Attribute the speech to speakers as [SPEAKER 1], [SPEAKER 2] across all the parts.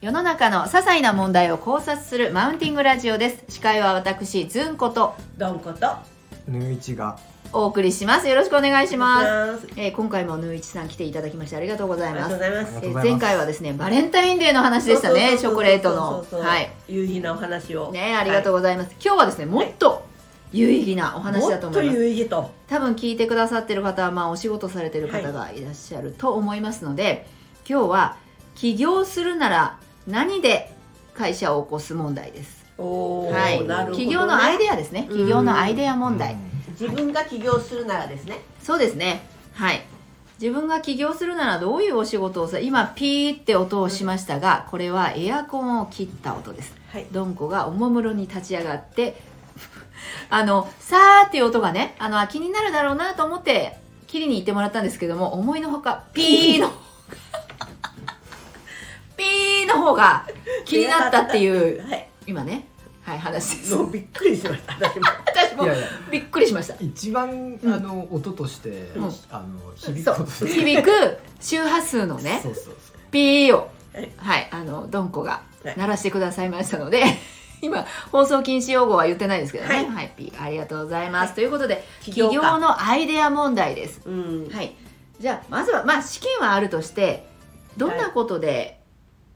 [SPEAKER 1] 世の中の些細な問題を考察するマウンティングラジオです司会は私ズンコと
[SPEAKER 2] どんこと
[SPEAKER 3] ぬいちが
[SPEAKER 1] お送りしますよろしくお願いします、
[SPEAKER 2] ます
[SPEAKER 1] えー今回もぬいちさん来ていただきましてありがとうござ
[SPEAKER 2] あ
[SPEAKER 1] い
[SPEAKER 2] りが
[SPEAKER 1] ま
[SPEAKER 2] とうご
[SPEAKER 1] す
[SPEAKER 2] ざいま
[SPEAKER 3] あり
[SPEAKER 2] す
[SPEAKER 1] えー前
[SPEAKER 3] がとうございます
[SPEAKER 1] 回はですねバレンタインデーの話でしたねシ
[SPEAKER 2] そうそうそうそう
[SPEAKER 1] ョコレートの
[SPEAKER 2] そうそうそう
[SPEAKER 1] はい
[SPEAKER 2] 有意義なお話を
[SPEAKER 1] ねありがとうございます、今日はですねもっと有意義なお話だと思い
[SPEAKER 2] も
[SPEAKER 1] ま
[SPEAKER 2] っ
[SPEAKER 1] す
[SPEAKER 2] と有意義と
[SPEAKER 1] 多分聞いてくださってる方はまあお仕事されてる方がいらっしゃると思いますので、今日は起業するなら何で会社を起こす問題です、
[SPEAKER 2] おー
[SPEAKER 1] はい、
[SPEAKER 2] なるほどね
[SPEAKER 1] 起業のアイデアですね起業のアイデア問題、
[SPEAKER 2] 自分が起業するならですね
[SPEAKER 1] そうですねはい自分が起業するならどういうお仕事をさ今ピーって音をしましたがこれはエアコンを切った音です
[SPEAKER 2] はい
[SPEAKER 1] ドンコがおもむろに立ち上がって あのさーっていう音がねあの気になるだろうなと思って切りに行ってもらったんですけども思いのほかピーの ピーの方が気になったっていう
[SPEAKER 2] はい
[SPEAKER 1] 今ねはい話です
[SPEAKER 2] もうびっくりしました私も
[SPEAKER 1] 私も
[SPEAKER 3] いやいや
[SPEAKER 1] びっくりしました
[SPEAKER 3] 一番あ
[SPEAKER 1] うん
[SPEAKER 3] の音として、
[SPEAKER 1] うん
[SPEAKER 3] あの響
[SPEAKER 1] そ
[SPEAKER 3] く
[SPEAKER 1] う
[SPEAKER 3] ことです
[SPEAKER 1] 響く周波数のね
[SPEAKER 3] そうそうそう
[SPEAKER 1] ピーを
[SPEAKER 2] はい
[SPEAKER 1] はいあのドンコが
[SPEAKER 2] はい
[SPEAKER 1] 鳴らしてくださいましたので 今放送禁止用語は言ってないですけどね
[SPEAKER 2] はい
[SPEAKER 1] はいピーありがとうございますということで
[SPEAKER 2] 起
[SPEAKER 1] 企
[SPEAKER 2] 業家
[SPEAKER 1] 業のアイデア問題です
[SPEAKER 2] うん
[SPEAKER 1] はいじゃあまずはまあ資金はあるとしてどんなことで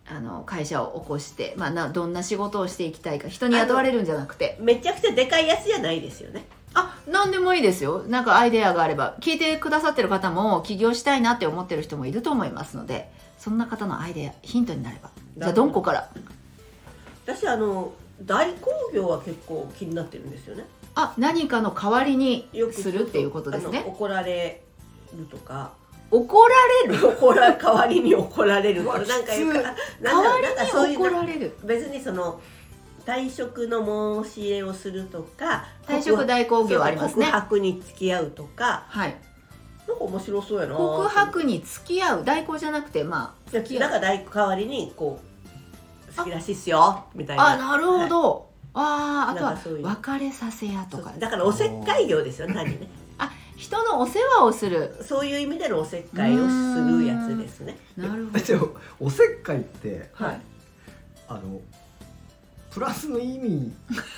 [SPEAKER 1] あの会社を起こしてまあなどんな仕事をしていきたいか人に雇われるんじゃなくて
[SPEAKER 2] めちゃくちゃでかいやつじゃないですよね
[SPEAKER 1] あ何でもいいですよなんかアイデアがあれば聞いてくださってる方も起業したいなって思ってる人もいると思いますのでそんな方のアイデアヒントになればじゃあドンコから
[SPEAKER 2] 私あの代行業は結構気になってるんですよね
[SPEAKER 1] あ何かの代わりに
[SPEAKER 2] よく
[SPEAKER 1] するっていうことです
[SPEAKER 2] あの
[SPEAKER 1] ね
[SPEAKER 2] 怒られるとか
[SPEAKER 1] 怒られる
[SPEAKER 2] 怒ら代わりに怒られるとかなんかよく
[SPEAKER 1] 普通
[SPEAKER 2] あ
[SPEAKER 1] 代
[SPEAKER 2] なんだ
[SPEAKER 1] わ
[SPEAKER 2] ろうなんかそう
[SPEAKER 1] り
[SPEAKER 2] い
[SPEAKER 1] に
[SPEAKER 2] う
[SPEAKER 1] 怒られる
[SPEAKER 2] 別にその退職の申し入れをするとか
[SPEAKER 1] 退職代行業ありますね
[SPEAKER 2] 告白に付き合うとか
[SPEAKER 1] はい
[SPEAKER 2] なんか面白そうやな
[SPEAKER 1] 告白に付き合う代行じゃなくてまあ付き合
[SPEAKER 2] なん
[SPEAKER 1] う
[SPEAKER 2] か代代わりにこう好きらしいっすよみたいな
[SPEAKER 1] あなるほど、あああと
[SPEAKER 2] なんかそういう
[SPEAKER 1] は別れさせ屋と
[SPEAKER 2] そう
[SPEAKER 1] か
[SPEAKER 2] だからおせっかい業ですよ単 にね
[SPEAKER 1] 人のお世話をする
[SPEAKER 2] そういう意味でのおせっかいをするやつですね
[SPEAKER 1] なるほ
[SPEAKER 3] え で
[SPEAKER 1] ど
[SPEAKER 3] もおせっかいって
[SPEAKER 2] はい
[SPEAKER 3] あのプラスの 意味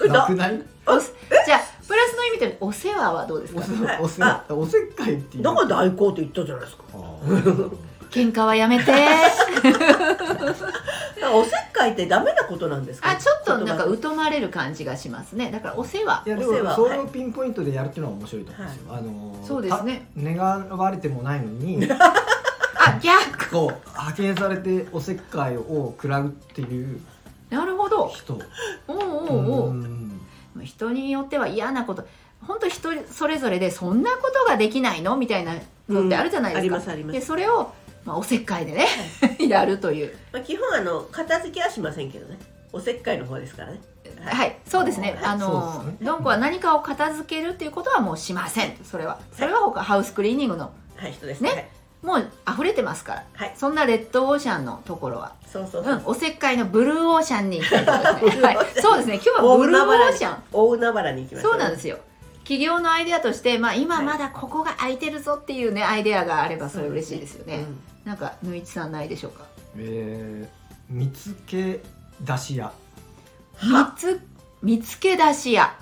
[SPEAKER 3] なくない
[SPEAKER 1] おじゃあプラスの意味でお世話はどうです
[SPEAKER 3] お
[SPEAKER 1] か
[SPEAKER 3] せおせおせっかいっていう
[SPEAKER 2] だから代行って言ったじゃないですか
[SPEAKER 3] あー
[SPEAKER 1] 喧嘩はや めて
[SPEAKER 2] だからおせっかいってダメなことなんですか
[SPEAKER 1] あちょっとなんか疎まれる感じがしますねだからお世話
[SPEAKER 3] いやで
[SPEAKER 2] お世
[SPEAKER 3] も
[SPEAKER 2] 話
[SPEAKER 3] それをピンポイントでやるっていうのは面白いと思うんですよ、あの
[SPEAKER 1] そうですね
[SPEAKER 3] た願われてもないの に
[SPEAKER 1] あ逆
[SPEAKER 3] こう派遣されておせっかいを食らうっていう
[SPEAKER 1] なるほど
[SPEAKER 3] 人
[SPEAKER 1] おうおうおう
[SPEAKER 3] うん
[SPEAKER 1] まあ人によっては嫌なこと本当人それぞれでそんなことができないのみたいなのってあるじゃない
[SPEAKER 2] あ
[SPEAKER 1] です
[SPEAKER 2] り
[SPEAKER 1] か、
[SPEAKER 2] ますあります
[SPEAKER 1] でそれを、まあ、おせっかいでね やるという
[SPEAKER 2] まあ、基本あの片付けはしませんけどねおせっかいの方ですからね
[SPEAKER 1] はい、そうですね
[SPEAKER 3] はい
[SPEAKER 1] あの
[SPEAKER 3] そうですね
[SPEAKER 1] ドンコは何かを片付けるっていうことはもうしませんそれはそれは他ハウスクリーニングの
[SPEAKER 2] はい人ですね
[SPEAKER 1] ねもう溢れてますから、
[SPEAKER 2] はい
[SPEAKER 1] そんなレッドオーシャンのところは、
[SPEAKER 2] そうそう
[SPEAKER 1] う、
[SPEAKER 2] そうん
[SPEAKER 1] おせっかいのブルーオーシャンに行きたいと思いますね、 はい、そうですね今日はブルーオーシャン
[SPEAKER 2] 大海原に行きましたね、
[SPEAKER 1] そうなんですよ企業のアイデアとして、まあ、今まだここが空いてるぞっていうねアイデアがあればそれ嬉しいですよね、
[SPEAKER 2] うん
[SPEAKER 1] なんかぬいちさんないでしょうか
[SPEAKER 3] えー、見つけ出し屋
[SPEAKER 2] は
[SPEAKER 1] 見つ見つけ出し屋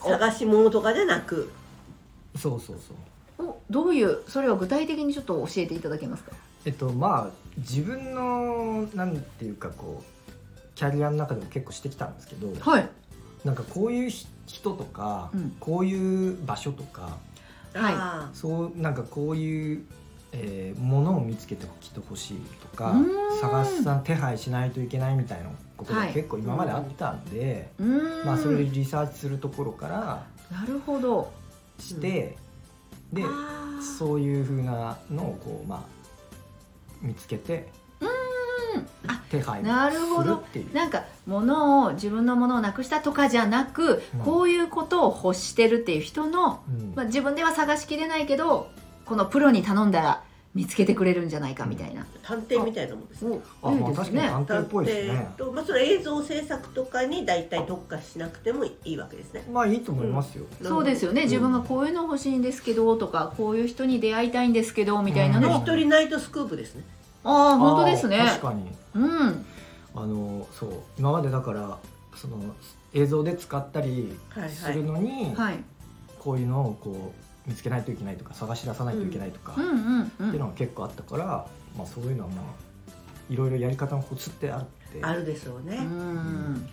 [SPEAKER 2] 探し物とかじゃなく
[SPEAKER 3] そうそうそう
[SPEAKER 1] おどういうそれは具体的にちょっと教えていただけますか
[SPEAKER 3] えっとまあ自分のなんていうかこうキャリアの中でも結構してきたんですけど
[SPEAKER 1] はい
[SPEAKER 3] なんかこういうひ人とか、
[SPEAKER 1] うん
[SPEAKER 3] こういう場所とか
[SPEAKER 1] はい
[SPEAKER 2] あ
[SPEAKER 3] そうなんかこういう、えーものを見つけてきてほしいとか
[SPEAKER 1] うーん
[SPEAKER 3] 探すさん手配しないといけないみたいなことが
[SPEAKER 1] はい
[SPEAKER 3] 結構今まであったんで、
[SPEAKER 1] うーん
[SPEAKER 3] まあ、それでリサーチするところから
[SPEAKER 1] なるほど
[SPEAKER 3] して、で
[SPEAKER 1] あー
[SPEAKER 3] そういうふうなのをこう、まあ、見つけて
[SPEAKER 1] うんあ
[SPEAKER 3] 手配
[SPEAKER 1] なるほ
[SPEAKER 3] する
[SPEAKER 1] ど
[SPEAKER 3] っていう。
[SPEAKER 1] なんか物を自分のものをなくしたとかじゃなく、
[SPEAKER 3] うん
[SPEAKER 1] こういうことを欲してるっていう人の
[SPEAKER 3] うん
[SPEAKER 1] まあ、自分では探しきれないけどこのプロに頼んだら見つけてくれるんじゃないかみたいな。
[SPEAKER 2] ー探偵みたいなもんですね
[SPEAKER 3] あ、まあ、確かに探偵
[SPEAKER 2] 探
[SPEAKER 3] っぽいですね
[SPEAKER 2] 偵。と、まあ、それ映像制作とかに大体特化しなくてもいいわけですね
[SPEAKER 3] まあ、いいと思いますよ。
[SPEAKER 1] そうですよね、
[SPEAKER 3] うん
[SPEAKER 1] 自分がこういうの欲しいんですけどとかこういう人に出会いたいんですけどみたいな
[SPEAKER 2] で
[SPEAKER 1] の、
[SPEAKER 3] うん
[SPEAKER 1] あ
[SPEAKER 2] 一人ナイトスクープですね
[SPEAKER 1] あ本当ですね
[SPEAKER 3] あー確かに。
[SPEAKER 1] うん
[SPEAKER 3] あのそう今までだからその映像で使ったり
[SPEAKER 2] はい
[SPEAKER 3] するのに、
[SPEAKER 1] はい
[SPEAKER 3] こういうのをこう見つけないといけないとか探し出さないといけないとか、
[SPEAKER 1] うん
[SPEAKER 3] っ
[SPEAKER 1] うんう
[SPEAKER 3] ていうんのが結構あったから、まあ、そういうのはまあいろいろやり方のコツってあって
[SPEAKER 2] あるでしょうね、
[SPEAKER 1] うん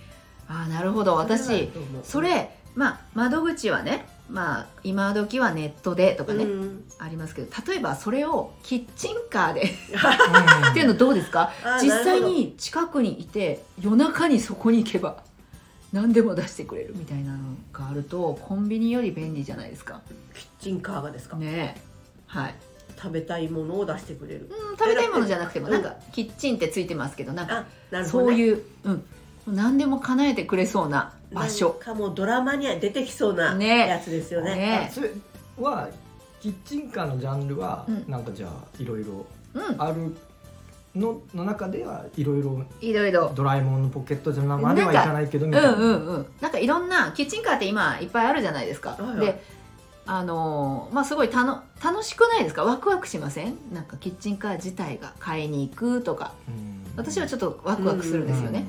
[SPEAKER 1] あーなるほど私それまあ窓口はねまあ今時はネットでとか
[SPEAKER 2] は
[SPEAKER 1] ね、
[SPEAKER 2] ね、うん
[SPEAKER 1] ありますけど例えばそれをキッチンカーで
[SPEAKER 3] うん
[SPEAKER 1] っていうのどうですか
[SPEAKER 2] あー
[SPEAKER 1] 実
[SPEAKER 2] な
[SPEAKER 1] 際
[SPEAKER 2] るほど
[SPEAKER 1] に近くにいて夜中にそこに行けば何でも出してくれるみたいなのがあるとコンビニより便利じゃないですか
[SPEAKER 2] キッチンカーがですか、
[SPEAKER 1] ねえはい、
[SPEAKER 2] 食べたいものを出してくれる
[SPEAKER 1] うん、食べたいものじゃなくてもなんかキッチンってついてますけどなんか
[SPEAKER 2] あなるほど、ね、
[SPEAKER 1] そういう、うん、何でも叶えてくれそうな場所
[SPEAKER 2] なんかもうドラマには出てきそうな
[SPEAKER 1] ね
[SPEAKER 2] やつですよね
[SPEAKER 1] ね
[SPEAKER 3] それはキッチンカーのジャンルは、
[SPEAKER 1] うん
[SPEAKER 3] なんかじゃあいろいろ
[SPEAKER 1] うん
[SPEAKER 3] あるのの中ではいろいろ
[SPEAKER 1] いろいろ
[SPEAKER 3] ドラえもんのポケットじゃまではいかないけど
[SPEAKER 1] う
[SPEAKER 3] み
[SPEAKER 1] ん
[SPEAKER 3] たいな、
[SPEAKER 1] うんうんなんかいろんなキッチンカーって今いっぱいあるじゃないですか、
[SPEAKER 2] はいはい
[SPEAKER 1] であのーまあすごいたの楽しくないですかワクワクしませんなんかキッチンカー自体が買いに行くとか私はち
[SPEAKER 3] ょっ
[SPEAKER 1] ょっとワクワクするんですよね、、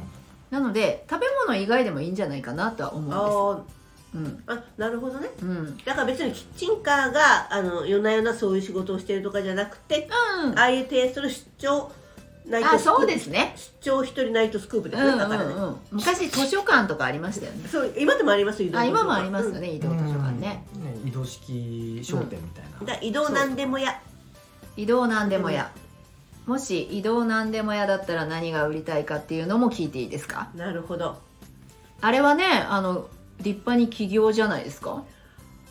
[SPEAKER 1] なので食べ物以外でもいいんじゃないかなとは
[SPEAKER 2] あ
[SPEAKER 1] 思
[SPEAKER 2] ー
[SPEAKER 1] うんで
[SPEAKER 2] あなるほどね
[SPEAKER 1] すうんうん
[SPEAKER 2] だから別にキッチンカーがあの夜な夜なそういう仕事をしてるとかじゃなくて
[SPEAKER 1] うん
[SPEAKER 2] ああいう提出の出張ナイ
[SPEAKER 1] あ
[SPEAKER 2] トスクープ
[SPEAKER 1] そうですね
[SPEAKER 2] 出張一人ナイトスクープで
[SPEAKER 1] う
[SPEAKER 2] す
[SPEAKER 1] ん
[SPEAKER 2] ね、
[SPEAKER 1] うん
[SPEAKER 2] だからね
[SPEAKER 1] うん昔図書館とかありましたよね
[SPEAKER 2] そう今でもありますよ移動
[SPEAKER 1] あ
[SPEAKER 2] 図書
[SPEAKER 1] 今
[SPEAKER 2] 館
[SPEAKER 1] もありますよね移動図書館ね、
[SPEAKER 3] うんね移動式商店みたいな、
[SPEAKER 2] うんだから移動なんでもや
[SPEAKER 1] 移動なんでもやもし移動なんでもやだったら何が売りたいかっていうのも聞いていいですか
[SPEAKER 2] なるほど
[SPEAKER 1] あれはねあの立派に起業じゃないですか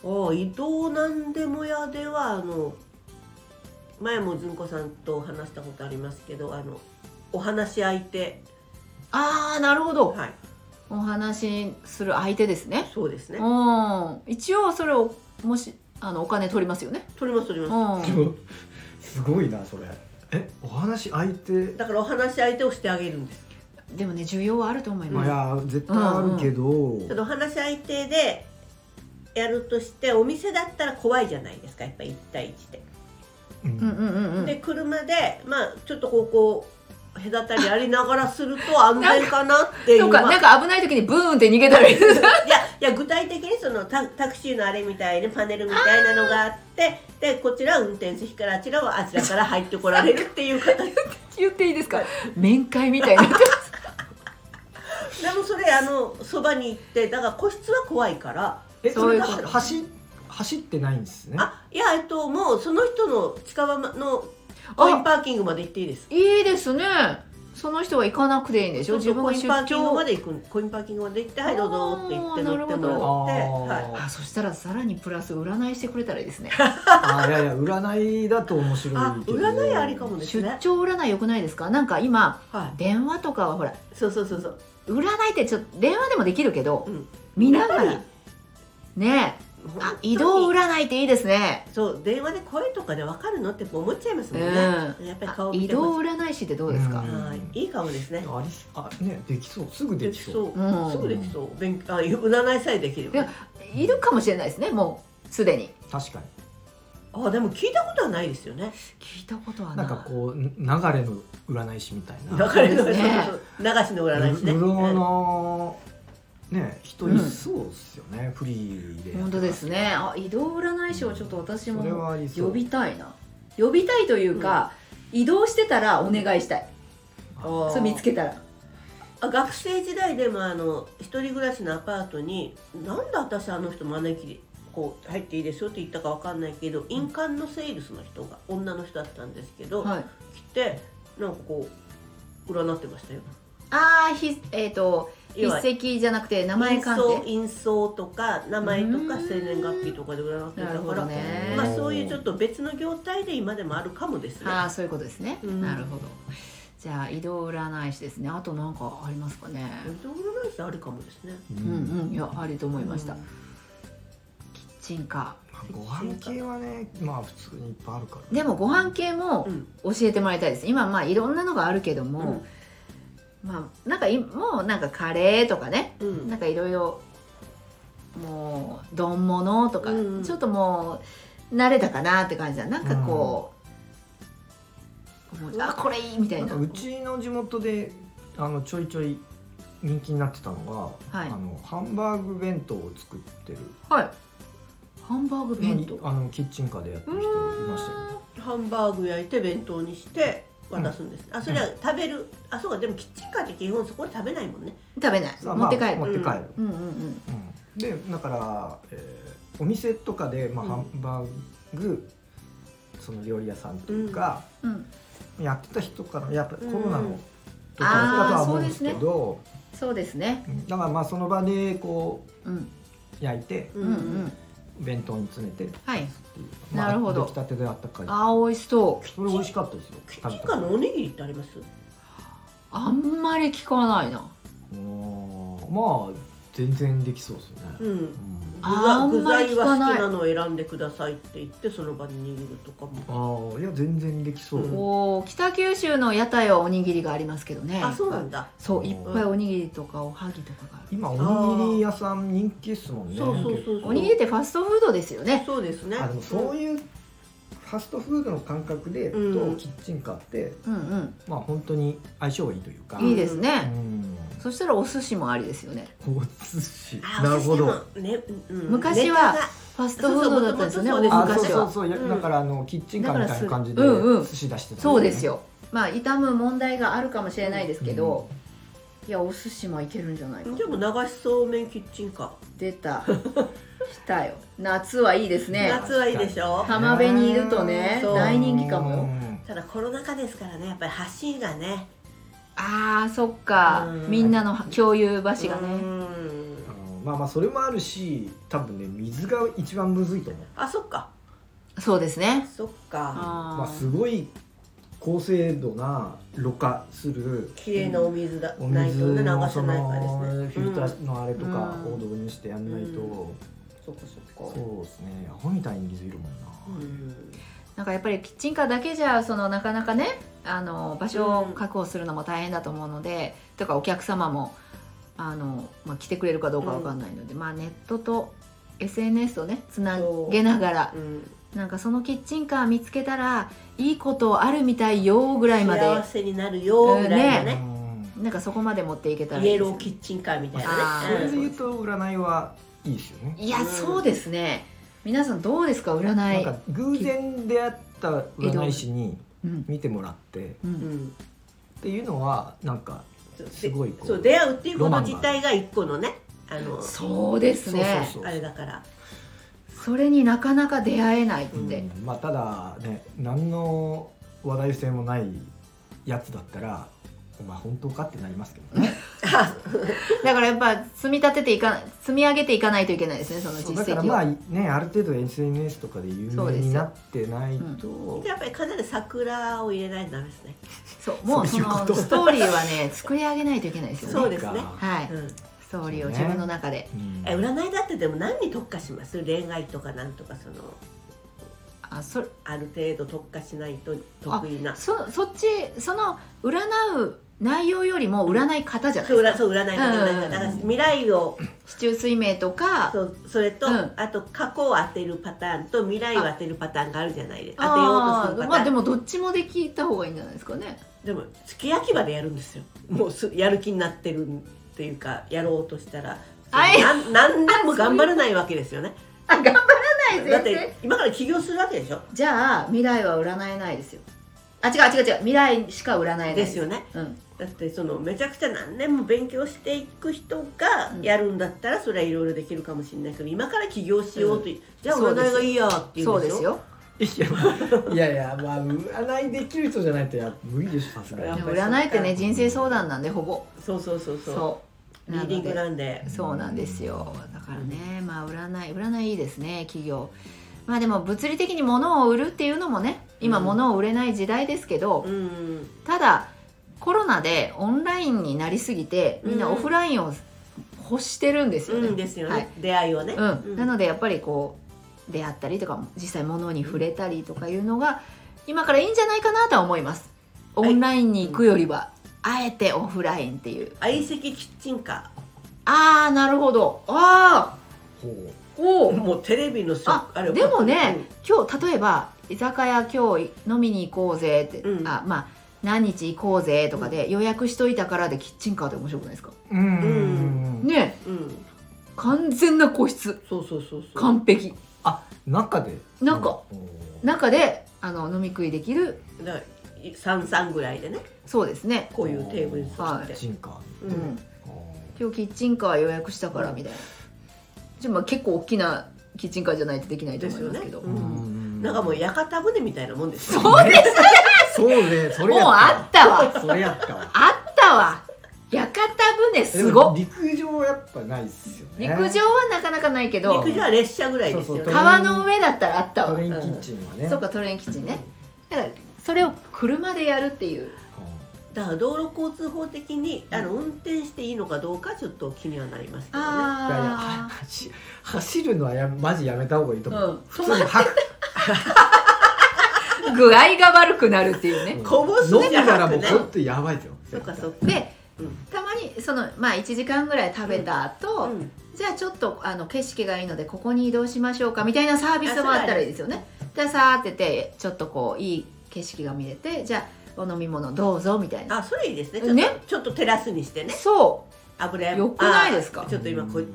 [SPEAKER 2] お移動なんでもやではあの前もずんこさんと話したことありますけどあのお話し相手
[SPEAKER 1] ああなるほど、
[SPEAKER 2] はい
[SPEAKER 1] お話しする相手ですね
[SPEAKER 2] そうですね
[SPEAKER 1] うん一応それをもしあのお金取りますよね
[SPEAKER 2] 取ります取り
[SPEAKER 1] う
[SPEAKER 2] ま
[SPEAKER 1] ん
[SPEAKER 3] でもすごいなそれえお話相手
[SPEAKER 2] すだからお話し相手をしてあげるんです
[SPEAKER 1] でもね需要はあると思い
[SPEAKER 3] まあい
[SPEAKER 1] ま
[SPEAKER 3] や絶対あるけど、
[SPEAKER 2] ただお話し相手でやるとしてお店だったら怖いじゃないですかやっぱ1対1で、
[SPEAKER 3] うん
[SPEAKER 1] すうんうんうんうん
[SPEAKER 2] で車でまあちょっとこうこう隔たりありながらすると安全かなっていう
[SPEAKER 1] そうか
[SPEAKER 2] まあ
[SPEAKER 1] なんか危ない時にブーンって逃げたり
[SPEAKER 2] いやいや具体的にそのタタクシーのあれみたいにパネルみたいなのがあってでこちらは運転席からあちらはあちらから入ってこられるっていう形 で
[SPEAKER 1] 言っていいですか面会みたいになってます
[SPEAKER 2] もそれあのそばに行ってだから個室は怖いから
[SPEAKER 3] え
[SPEAKER 1] そ
[SPEAKER 3] そう
[SPEAKER 1] い
[SPEAKER 3] れ
[SPEAKER 1] う
[SPEAKER 3] が
[SPEAKER 1] こと
[SPEAKER 3] 走走ってないんですね
[SPEAKER 2] あいやえっともうその人の近場のコイン
[SPEAKER 1] あ
[SPEAKER 2] パーキングまで行っていいです
[SPEAKER 1] いいですねその人は行かなくていいんでしょ
[SPEAKER 2] そうそ
[SPEAKER 1] 自
[SPEAKER 2] う
[SPEAKER 1] 分
[SPEAKER 2] コ
[SPEAKER 1] が
[SPEAKER 2] イン
[SPEAKER 1] 出
[SPEAKER 2] パーキング
[SPEAKER 1] 張
[SPEAKER 2] まで行くコインパーキングまで行ってはいどうぞって言って
[SPEAKER 1] あー
[SPEAKER 2] 乗っても
[SPEAKER 1] なる
[SPEAKER 2] らって、はい、
[SPEAKER 1] あそしたらさらにプラス占いしてくれたらいいですね
[SPEAKER 3] あいやいや占いだと面白
[SPEAKER 2] あ
[SPEAKER 3] いけど
[SPEAKER 2] 占いありかもです
[SPEAKER 1] 出
[SPEAKER 2] ね
[SPEAKER 1] 張占いよくないですかなんか今
[SPEAKER 2] はい
[SPEAKER 1] 電話とかはほら
[SPEAKER 2] そうそうそうそう
[SPEAKER 1] 占いってちょっと電話でもできるけど、
[SPEAKER 2] うん
[SPEAKER 1] 見なが
[SPEAKER 2] やっ
[SPEAKER 1] らねえ
[SPEAKER 2] 本当
[SPEAKER 1] あ
[SPEAKER 2] に
[SPEAKER 1] 移動占いっていいですね
[SPEAKER 2] そう電話で声とかで分かるのって思っちゃいますもんね、
[SPEAKER 1] うん
[SPEAKER 2] やっぱり
[SPEAKER 1] あ
[SPEAKER 2] 顔見
[SPEAKER 1] 移
[SPEAKER 2] てます
[SPEAKER 1] 動占い師ってどうですか
[SPEAKER 3] う、ん
[SPEAKER 2] はいいい顔ですね
[SPEAKER 3] ありあねできそうすぐで
[SPEAKER 2] で
[SPEAKER 3] き
[SPEAKER 2] き
[SPEAKER 3] そう
[SPEAKER 2] そう、
[SPEAKER 1] うん
[SPEAKER 2] すぐできそう勉強あ占いさえできれ
[SPEAKER 1] い
[SPEAKER 2] ば
[SPEAKER 1] やいるかもしれないですねもうすでに
[SPEAKER 3] 確かに
[SPEAKER 2] あでも聞いたことはないですよね
[SPEAKER 1] 聞いたことはな
[SPEAKER 3] ないんかこうな流れの占い師みたい
[SPEAKER 2] 流
[SPEAKER 3] な
[SPEAKER 1] そう
[SPEAKER 2] れ
[SPEAKER 1] で
[SPEAKER 2] の
[SPEAKER 1] す
[SPEAKER 2] 流し
[SPEAKER 1] ね
[SPEAKER 2] の占い師ね
[SPEAKER 3] 無料のね人いそうっすよね、フリーで
[SPEAKER 1] 本当ですねあ移動占い師をちょっと私
[SPEAKER 3] それ
[SPEAKER 1] も
[SPEAKER 3] はありそう
[SPEAKER 1] 呼びたいな呼びたいというか、移動してたらお願いしたい、
[SPEAKER 2] あ
[SPEAKER 1] それ見つけたら
[SPEAKER 2] あ学生時代でもあの一人暮らしのアパートになんで私あの人招きこう入っていいですよって言ったかわかんないけど印鑑のセールスの人が女の人だったんですけど、
[SPEAKER 1] はい
[SPEAKER 2] 来てなんかこう占ってましたよ
[SPEAKER 1] ああひえっ、と
[SPEAKER 2] 要は
[SPEAKER 1] 筆跡じゃなくて名前関係
[SPEAKER 2] 印相とか名前とか生年月日とかで占ってた
[SPEAKER 1] なる
[SPEAKER 2] か
[SPEAKER 1] ほど
[SPEAKER 2] ら、
[SPEAKER 1] ね
[SPEAKER 2] まあ、そういうちょっと別の業態で今でもあるかもですね
[SPEAKER 1] ああそういうことですね、
[SPEAKER 2] うん
[SPEAKER 1] なるほどじゃあ移動占い師ですねあと何かありますかね
[SPEAKER 2] どうもないしあるかもですね
[SPEAKER 1] う
[SPEAKER 3] う
[SPEAKER 1] ん
[SPEAKER 3] ん
[SPEAKER 1] うんいやありと思いました、
[SPEAKER 2] うん
[SPEAKER 1] キッチンカ
[SPEAKER 3] まあご飯系はねまあ普通にいっぱいあるから
[SPEAKER 1] ーでもご飯系も
[SPEAKER 2] うん
[SPEAKER 1] 教えてもらいたいです今まあいろんなのがあるけど
[SPEAKER 2] う
[SPEAKER 1] も
[SPEAKER 2] ん、
[SPEAKER 1] まあなんかいもうなんかカレーとかね
[SPEAKER 2] うん
[SPEAKER 1] なんかいろいろもう丼物とか、
[SPEAKER 2] うん
[SPEAKER 1] ちょっともう慣れたかなって感じだなんかこう、もうあこれいいみたい
[SPEAKER 3] な
[SPEAKER 1] なん
[SPEAKER 3] かうちの地元であのちょいちょい人気になってたのが、
[SPEAKER 1] はい
[SPEAKER 3] あのハンバーグ弁当を作ってる
[SPEAKER 1] はいハンバーグ弁当
[SPEAKER 3] あのキッチンカーでやってる人いましたよ
[SPEAKER 2] ハンバーグ焼いて弁当にして渡すんです、あそれは食べるあそうかでもキッチンカーって基本そこで食べないもんね
[SPEAKER 1] 食べない
[SPEAKER 3] さあ
[SPEAKER 1] 持って帰る、
[SPEAKER 3] まあ、持って帰る、
[SPEAKER 1] うんうんうん
[SPEAKER 3] うんでだから、えーお店とかで、まあ
[SPEAKER 2] うん
[SPEAKER 3] ハンバーグその料理屋さんというか、
[SPEAKER 1] うん
[SPEAKER 3] やってた人からやっぱコロナ
[SPEAKER 1] う
[SPEAKER 3] の時
[SPEAKER 1] ん
[SPEAKER 3] だったとは
[SPEAKER 1] あー
[SPEAKER 3] 思うんですけど、
[SPEAKER 1] そうですね
[SPEAKER 3] うんだからまあその場でこ
[SPEAKER 1] うん
[SPEAKER 3] う焼いて
[SPEAKER 2] う
[SPEAKER 1] うんうん
[SPEAKER 3] 弁当に詰めてっていう、
[SPEAKER 1] はい
[SPEAKER 3] まあ、
[SPEAKER 1] なるほど
[SPEAKER 3] 出来たてであったかい
[SPEAKER 1] あー美味しそう
[SPEAKER 3] それ美味しかったですよ
[SPEAKER 2] キッチンカーのおにぎりってあります
[SPEAKER 1] あんまり聞かないな
[SPEAKER 3] おーまあ全然できそうですよね、
[SPEAKER 2] うん
[SPEAKER 3] うん
[SPEAKER 2] 具が
[SPEAKER 1] あ
[SPEAKER 2] 具
[SPEAKER 1] んまり
[SPEAKER 2] 材
[SPEAKER 1] 聞
[SPEAKER 2] は
[SPEAKER 1] か
[SPEAKER 2] 好き
[SPEAKER 1] ない
[SPEAKER 2] なのを選んでくださいって言ってその場で握るとかも
[SPEAKER 3] ああいや全然できそう、
[SPEAKER 2] うん
[SPEAKER 1] おー北九州の屋台はおにぎりがありますけどね
[SPEAKER 2] あそうなんだ
[SPEAKER 1] そういっぱいおにぎりとかおはぎとかがある
[SPEAKER 3] 今おにぎり屋さん人気ですもんね
[SPEAKER 2] そうそうそうそう
[SPEAKER 1] おにぎりってファストフードですよね
[SPEAKER 2] そうですね
[SPEAKER 3] あでもそういうファストフードの感覚でと
[SPEAKER 2] うん
[SPEAKER 3] キッチンカーって、
[SPEAKER 1] うん
[SPEAKER 3] まあ本当に相性がいいというか
[SPEAKER 1] うんいいです
[SPEAKER 3] う
[SPEAKER 1] ね、
[SPEAKER 3] ん
[SPEAKER 1] そしたらお寿司もありですよね
[SPEAKER 3] お寿司
[SPEAKER 2] あ
[SPEAKER 3] なるほど
[SPEAKER 2] お寿司もねうん
[SPEAKER 1] 昔は
[SPEAKER 2] ネタが
[SPEAKER 1] ファストフードだったんですよね
[SPEAKER 2] そうそ
[SPEAKER 1] 大
[SPEAKER 2] う
[SPEAKER 3] あそう
[SPEAKER 1] 昔
[SPEAKER 3] そう
[SPEAKER 1] は
[SPEAKER 3] そう、や
[SPEAKER 2] うん
[SPEAKER 3] だからあのキッチンカーみたいな感じで
[SPEAKER 1] だからすうんうん
[SPEAKER 3] 寿司出してた、
[SPEAKER 1] そうですよまあ傷む問題があるかもしれないですけど、いやお寿司もいけるんじゃないかな
[SPEAKER 2] でも流しそうめんキッチンカー
[SPEAKER 1] 出た来たよ夏はいいですね
[SPEAKER 2] 夏はいいでしょ
[SPEAKER 1] 浜辺にいるとね
[SPEAKER 2] そう
[SPEAKER 1] 大人気かもよ
[SPEAKER 2] ただコロナ禍ですからねやっぱり橋がね
[SPEAKER 1] あーそっか
[SPEAKER 2] うん
[SPEAKER 1] みんなの共有橋が
[SPEAKER 2] う
[SPEAKER 1] ね
[SPEAKER 2] ん
[SPEAKER 3] あのまあまあそれもあるし多分ね水が一番むずいと思う
[SPEAKER 2] あそっか
[SPEAKER 1] そうですね
[SPEAKER 2] そっか
[SPEAKER 1] あー
[SPEAKER 3] まあ、すごい高精度なろ過する
[SPEAKER 2] 綺麗なお水だ、
[SPEAKER 3] お
[SPEAKER 2] ないと
[SPEAKER 3] 水
[SPEAKER 2] ね流せ
[SPEAKER 3] の
[SPEAKER 2] ない
[SPEAKER 3] そ
[SPEAKER 2] からです
[SPEAKER 3] の
[SPEAKER 2] ね
[SPEAKER 3] フィルタ
[SPEAKER 2] うん
[SPEAKER 3] ーのあれとか
[SPEAKER 1] うん
[SPEAKER 3] を導入してやんないと、
[SPEAKER 2] うそっかそっか
[SPEAKER 3] そうですねアホみたいに水いるもんな、
[SPEAKER 2] うん
[SPEAKER 1] なんかやっぱりキッチンカーだけじゃそのなかなかねあの場所を確保するのも大変だと思うので、とかお客様もあの、まあ、来てくれるかどうかわかんないので、まあ、ネットと SNS をねつなげながら
[SPEAKER 2] うん
[SPEAKER 1] なんかそのキッチンカー見つけたらいいことあるみたいよぐらいまで
[SPEAKER 2] 幸せになるよぐらいの
[SPEAKER 1] え
[SPEAKER 2] ね
[SPEAKER 3] うん
[SPEAKER 1] なんかそこまで持っていけたらい
[SPEAKER 2] イ
[SPEAKER 1] い
[SPEAKER 2] エ
[SPEAKER 1] です
[SPEAKER 2] ロ
[SPEAKER 1] よ
[SPEAKER 2] ーキ
[SPEAKER 1] ね
[SPEAKER 2] ッチンカーみたい
[SPEAKER 1] あ
[SPEAKER 2] な
[SPEAKER 1] ー
[SPEAKER 2] ね
[SPEAKER 3] それ
[SPEAKER 2] うん
[SPEAKER 3] で言うと占いはいいですよね、
[SPEAKER 1] いや
[SPEAKER 2] うん
[SPEAKER 1] そうですね皆さんどうですか占い
[SPEAKER 3] なんか偶然出会った占い師に
[SPEAKER 1] うん
[SPEAKER 3] 見てもらってっ
[SPEAKER 1] うん
[SPEAKER 2] うん
[SPEAKER 3] ていうのはなんか
[SPEAKER 2] そう
[SPEAKER 3] すごいこう
[SPEAKER 2] そう出会うっていうこと自体が一個のねあの
[SPEAKER 1] そうですね
[SPEAKER 3] そうそうそう
[SPEAKER 2] あれだから
[SPEAKER 1] それになかなか出会えないって、
[SPEAKER 3] うんまあただね何の話題性もないやつだったらお前本当かってなりますけどね
[SPEAKER 2] あ
[SPEAKER 1] だからやっぱ積み立てていか積み上げていかないといけないですねその
[SPEAKER 3] そう
[SPEAKER 1] 実
[SPEAKER 3] だから
[SPEAKER 1] 績を、
[SPEAKER 3] まあねある程度 SNS とかで有
[SPEAKER 1] そう
[SPEAKER 3] 名
[SPEAKER 1] です
[SPEAKER 3] に
[SPEAKER 1] よ
[SPEAKER 3] なってないと、
[SPEAKER 2] やっぱりかなり桜を入れないとダメですね
[SPEAKER 1] そうもうそ
[SPEAKER 3] そ
[SPEAKER 1] う
[SPEAKER 3] いうこ
[SPEAKER 1] の
[SPEAKER 3] と
[SPEAKER 1] ストーリーはね作り上げないといけないですよね
[SPEAKER 2] そうですね
[SPEAKER 3] か
[SPEAKER 1] はい、
[SPEAKER 2] うん
[SPEAKER 1] ストーリーを自分の中で、
[SPEAKER 3] うん
[SPEAKER 2] え占いだってでも何に特化します恋愛とかなんとかその
[SPEAKER 1] あそ
[SPEAKER 2] ある程度特化しないと得意な
[SPEAKER 1] そそっちその占う内容よりも占い方じゃない
[SPEAKER 2] そう
[SPEAKER 1] です
[SPEAKER 2] 占
[SPEAKER 1] か
[SPEAKER 2] そう占いとか
[SPEAKER 1] うん
[SPEAKER 2] なんかだから未来を
[SPEAKER 1] 市中水明とか
[SPEAKER 2] そうそれと、
[SPEAKER 1] うん
[SPEAKER 2] あと過去を当てるパターンと未来を当てるパターンがあるじゃないですか当てようと
[SPEAKER 1] あ
[SPEAKER 2] す
[SPEAKER 1] ー
[SPEAKER 2] るパターン、
[SPEAKER 1] まあ
[SPEAKER 2] で
[SPEAKER 1] で
[SPEAKER 2] も
[SPEAKER 1] もどっちもできた方がいいんじゃないですかね
[SPEAKER 2] 付け焼き場でやるんですよもうすやる気になってるっていうかやろうとしたら
[SPEAKER 1] はい
[SPEAKER 2] なん何でも頑張れないわけですよね
[SPEAKER 1] あ頑張らない
[SPEAKER 2] だっ
[SPEAKER 1] 先生
[SPEAKER 2] て今から起業するわけでしょ
[SPEAKER 1] じゃあ未来は占えないですよあ違う違う違う未来しか占えない
[SPEAKER 2] ですよね
[SPEAKER 1] うん、
[SPEAKER 2] だってそのめちゃくちゃ何年も勉強していく人がやるんだったらそれはいろいろできるかもしれないけど今から起業しようと、じゃあ
[SPEAKER 1] そうです
[SPEAKER 2] 占いがいいやって言
[SPEAKER 1] そううん
[SPEAKER 2] で
[SPEAKER 1] ですす
[SPEAKER 2] よ
[SPEAKER 1] よ
[SPEAKER 3] いやいやまあ占いできる人じゃないとや無理でしょさすが
[SPEAKER 1] で
[SPEAKER 3] に
[SPEAKER 1] も占いってね人生相談なんでほぼ
[SPEAKER 2] そうそうそうそう
[SPEAKER 1] そう
[SPEAKER 2] リ
[SPEAKER 1] な
[SPEAKER 2] ーディン
[SPEAKER 1] の
[SPEAKER 2] グ
[SPEAKER 1] で
[SPEAKER 2] なんで
[SPEAKER 1] そうなんですよだからねまあ占い占いいいですね企業まあでも物理的に物を売るっていうのもね今
[SPEAKER 2] うん
[SPEAKER 1] 物を売れない時代ですけど
[SPEAKER 2] うん
[SPEAKER 1] ただコロナでオンラインになりすぎてみんな
[SPEAKER 2] うん
[SPEAKER 1] オフラインを欲してるんですよね、
[SPEAKER 2] うんですよね、
[SPEAKER 1] はい
[SPEAKER 2] 出会いをね、
[SPEAKER 1] うん、なのでやっぱりこう出会ったりとか実際物に触れたりとかいうのが今からいいんじゃないかなとは思いますオンラインに行くよりは、あえてオフラインっていう
[SPEAKER 2] 相席キッチンカ
[SPEAKER 1] ああなるほどああ
[SPEAKER 3] ほう
[SPEAKER 1] お
[SPEAKER 2] ー
[SPEAKER 1] お
[SPEAKER 2] もうテレビのショ
[SPEAKER 1] あ
[SPEAKER 2] あれ
[SPEAKER 1] でもね今日例えば居酒屋今日飲みに行こうぜって、
[SPEAKER 2] うん
[SPEAKER 1] あまあ何日行こうぜとかで予約しといたからでキッチンカーで面白くないですか
[SPEAKER 3] うんうんうん
[SPEAKER 1] ねえ
[SPEAKER 2] うん
[SPEAKER 1] 完全な個室
[SPEAKER 2] そうそうそうそう
[SPEAKER 1] 完璧
[SPEAKER 3] あ中で
[SPEAKER 1] 中
[SPEAKER 3] おー
[SPEAKER 1] 中であの飲み食いできる
[SPEAKER 2] だい三三ぐらいでね
[SPEAKER 1] そうですね
[SPEAKER 2] こういうテーブルに座
[SPEAKER 1] は
[SPEAKER 2] っ
[SPEAKER 1] い
[SPEAKER 2] て、
[SPEAKER 3] キッチンカ
[SPEAKER 2] う
[SPEAKER 1] うんん
[SPEAKER 3] ーお
[SPEAKER 1] 今日キッチンカー予約したからみたいなじゃあまあ結構大きなキッチンカーじゃないとできないと思いますけど
[SPEAKER 2] です
[SPEAKER 3] ー
[SPEAKER 2] よねうん
[SPEAKER 3] ん
[SPEAKER 2] なんかもう屋形船みたいなもんですよね
[SPEAKER 1] そうです
[SPEAKER 3] そうねそれ
[SPEAKER 1] もう
[SPEAKER 3] や
[SPEAKER 1] あっ
[SPEAKER 3] った
[SPEAKER 1] わ
[SPEAKER 3] たそれやったわ
[SPEAKER 1] あったわ屋形船すごっ
[SPEAKER 3] でも陸上はやっぱないっすよね
[SPEAKER 1] 陸上はなかなかないけど
[SPEAKER 2] 陸上は列車ぐらいですよね
[SPEAKER 3] そうそう
[SPEAKER 1] 川の上だったらあった
[SPEAKER 3] ト
[SPEAKER 1] わ
[SPEAKER 3] レインキッチンはね
[SPEAKER 1] そうかトレイン基地ねだからそれを車でやるっていう
[SPEAKER 2] だから道路交通法的にあの運転していいのかどうかちょっと気にはなりますけどね
[SPEAKER 3] いやいやは
[SPEAKER 1] あ
[SPEAKER 3] 走走るのはやマジやめた方がいいと思う、
[SPEAKER 1] うん
[SPEAKER 3] 普通に吐く
[SPEAKER 1] あ具合が悪くなるっていうね
[SPEAKER 2] こぼす
[SPEAKER 3] 飲
[SPEAKER 2] ん
[SPEAKER 3] ん
[SPEAKER 2] じゃな
[SPEAKER 3] だら
[SPEAKER 2] く
[SPEAKER 3] もう
[SPEAKER 2] ね
[SPEAKER 3] ほんとやばいですよ
[SPEAKER 2] そっかそっか
[SPEAKER 1] で
[SPEAKER 2] うん
[SPEAKER 1] たまにそのまあ1時間ぐらい食べた後、
[SPEAKER 2] うん
[SPEAKER 1] じゃあちょっとあの景色がいいのでここに移動しましょうかみたいなサービスもあったらいいですよね。でさーっててちょっとこういい景色が見れてじゃあお飲み物どうぞみたいな。
[SPEAKER 2] あそれいいですねちょっと
[SPEAKER 1] ね
[SPEAKER 2] ちょっとテラスにしてね
[SPEAKER 1] そ
[SPEAKER 2] 油山
[SPEAKER 1] よくないですか
[SPEAKER 2] あーちょっと今こう
[SPEAKER 3] う
[SPEAKER 2] ん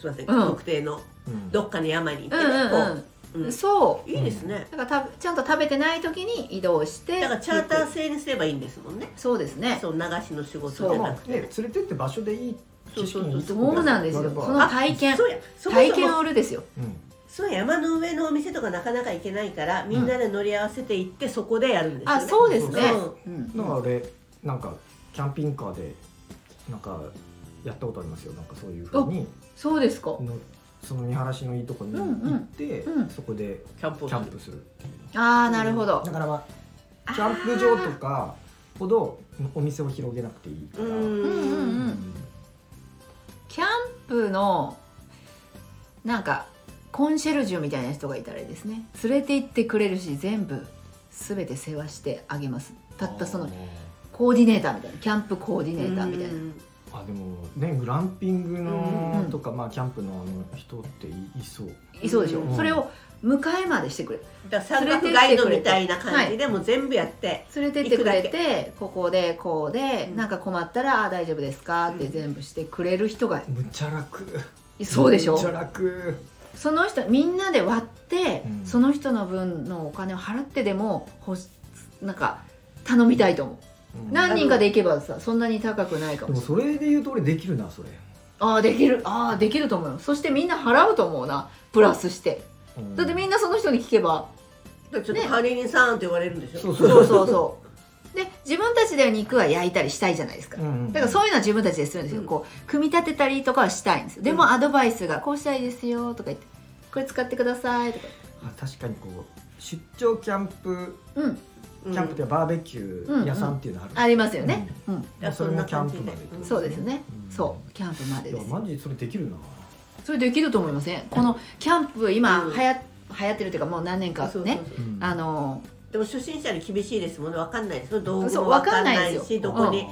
[SPEAKER 2] すいません、
[SPEAKER 1] うん
[SPEAKER 2] 特定の
[SPEAKER 3] うん
[SPEAKER 2] どっかの山に
[SPEAKER 1] う、う
[SPEAKER 2] 行ってね、
[SPEAKER 1] んうん
[SPEAKER 2] こう
[SPEAKER 1] うん、
[SPEAKER 2] うん
[SPEAKER 1] そ
[SPEAKER 2] いいですね、
[SPEAKER 1] うだからたちゃんと食べてない時に移動して
[SPEAKER 2] だからチャーター制にすればいいんですもんね
[SPEAKER 1] そうですね
[SPEAKER 2] そう流しの仕
[SPEAKER 1] そ
[SPEAKER 2] 事
[SPEAKER 1] う
[SPEAKER 2] じゃ
[SPEAKER 3] まあ
[SPEAKER 2] な
[SPEAKER 3] ね
[SPEAKER 2] くて
[SPEAKER 3] 連れてって場所でいい景色に行く
[SPEAKER 2] そ
[SPEAKER 1] そうなんですよ
[SPEAKER 3] やれば
[SPEAKER 1] その体験
[SPEAKER 2] そうやそもそも
[SPEAKER 1] 体験を売るですよ
[SPEAKER 3] うん
[SPEAKER 2] そう山の上のお店とかなかなか行けないからみんなで乗り合わせて行ってそこでやるんですよ、ね
[SPEAKER 1] あそうですね
[SPEAKER 2] うん、
[SPEAKER 1] うん
[SPEAKER 3] だから俺なんかキャンピングカーでなんかやったことありますよなんかそういうふうに
[SPEAKER 1] そうですか
[SPEAKER 3] のその見晴らしのいいとこに行って、
[SPEAKER 1] うんうんうん
[SPEAKER 3] そこで
[SPEAKER 2] キャンプ
[SPEAKER 3] キ
[SPEAKER 2] を
[SPEAKER 3] ャンプする
[SPEAKER 1] ああなるほど
[SPEAKER 3] だからまあキャンプ場とかほどお店を広げなくていいから、
[SPEAKER 2] うん
[SPEAKER 1] うんうんうんキャンプのなんかコンシェルジュみたいな人がいたらいいですね連れて行ってくれるし全部全て世話してあげますたったそ
[SPEAKER 3] あ
[SPEAKER 1] の
[SPEAKER 3] ー
[SPEAKER 1] コーディネーターみたいなキャンプコーディネーターみたいな
[SPEAKER 3] あでもねグランピング
[SPEAKER 1] うん
[SPEAKER 3] の
[SPEAKER 1] うん
[SPEAKER 3] とか、まあキャンプのあの人っていいそう
[SPEAKER 1] いそうでしょ、
[SPEAKER 3] うん
[SPEAKER 1] それを迎えまでしてくれる
[SPEAKER 2] だから三角ガイドみたいな感じでもう全部やって、
[SPEAKER 1] 連れてってくれ
[SPEAKER 2] 行く
[SPEAKER 1] てここでこうで、
[SPEAKER 2] うん
[SPEAKER 1] なんか困ったらあー大丈夫ですかって全部してくれる人が
[SPEAKER 3] むちゃ楽
[SPEAKER 1] そうでしょ
[SPEAKER 3] むちゃ楽
[SPEAKER 1] その人みんなで割って、
[SPEAKER 3] うん
[SPEAKER 1] その人の分のお金を払ってでもほしなんか頼みたいと思う
[SPEAKER 3] うん
[SPEAKER 1] 何人かで行けばさそんなに高くないか
[SPEAKER 3] で
[SPEAKER 1] も
[SPEAKER 3] も
[SPEAKER 1] しれない
[SPEAKER 3] それで言うと俺できるなそれ、
[SPEAKER 1] ああできるああできると思うよそしてみんな払うと思うなプラスして
[SPEAKER 3] うん
[SPEAKER 1] だってみんなその人に聞けば
[SPEAKER 2] だからちょっと管理人さんって言われるんでしょ
[SPEAKER 3] そうそう
[SPEAKER 1] そうそうそうで自分たちで肉は焼いたりしたいじゃないですか
[SPEAKER 3] うんうん
[SPEAKER 1] だからそういうのは自分たちでするんですよ、
[SPEAKER 2] うん
[SPEAKER 1] こう組み立てたりとかはしたいんですよで
[SPEAKER 2] うん
[SPEAKER 1] もアドバイスがこうしたいですよとか言ってこれ使ってくださいとか
[SPEAKER 3] あ確かにこう出張キャンプ
[SPEAKER 1] うん
[SPEAKER 2] う
[SPEAKER 3] キ
[SPEAKER 2] ん
[SPEAKER 3] ャンプってバーベキュー屋さんっていうのある、
[SPEAKER 1] ありますよね、うん
[SPEAKER 3] まあそれもキャンプまでってこと、
[SPEAKER 1] そうですね、
[SPEAKER 3] うん
[SPEAKER 1] そうキャンプまで
[SPEAKER 3] い
[SPEAKER 1] で
[SPEAKER 3] や
[SPEAKER 1] す
[SPEAKER 3] マジそれできるな
[SPEAKER 1] それできると思いませんこのキャンプ今
[SPEAKER 2] うん
[SPEAKER 1] はや、流行ってるというかもう何年かね
[SPEAKER 2] そうそうそう
[SPEAKER 3] うん
[SPEAKER 1] あの
[SPEAKER 2] でも初心者に厳しいですもんね分かんないですよ道具
[SPEAKER 1] そう
[SPEAKER 2] も
[SPEAKER 1] わ
[SPEAKER 2] 分
[SPEAKER 1] か
[SPEAKER 2] か
[SPEAKER 1] ん
[SPEAKER 2] ん
[SPEAKER 1] な
[SPEAKER 2] ないい
[SPEAKER 1] で
[SPEAKER 2] し
[SPEAKER 1] すよ
[SPEAKER 2] どこに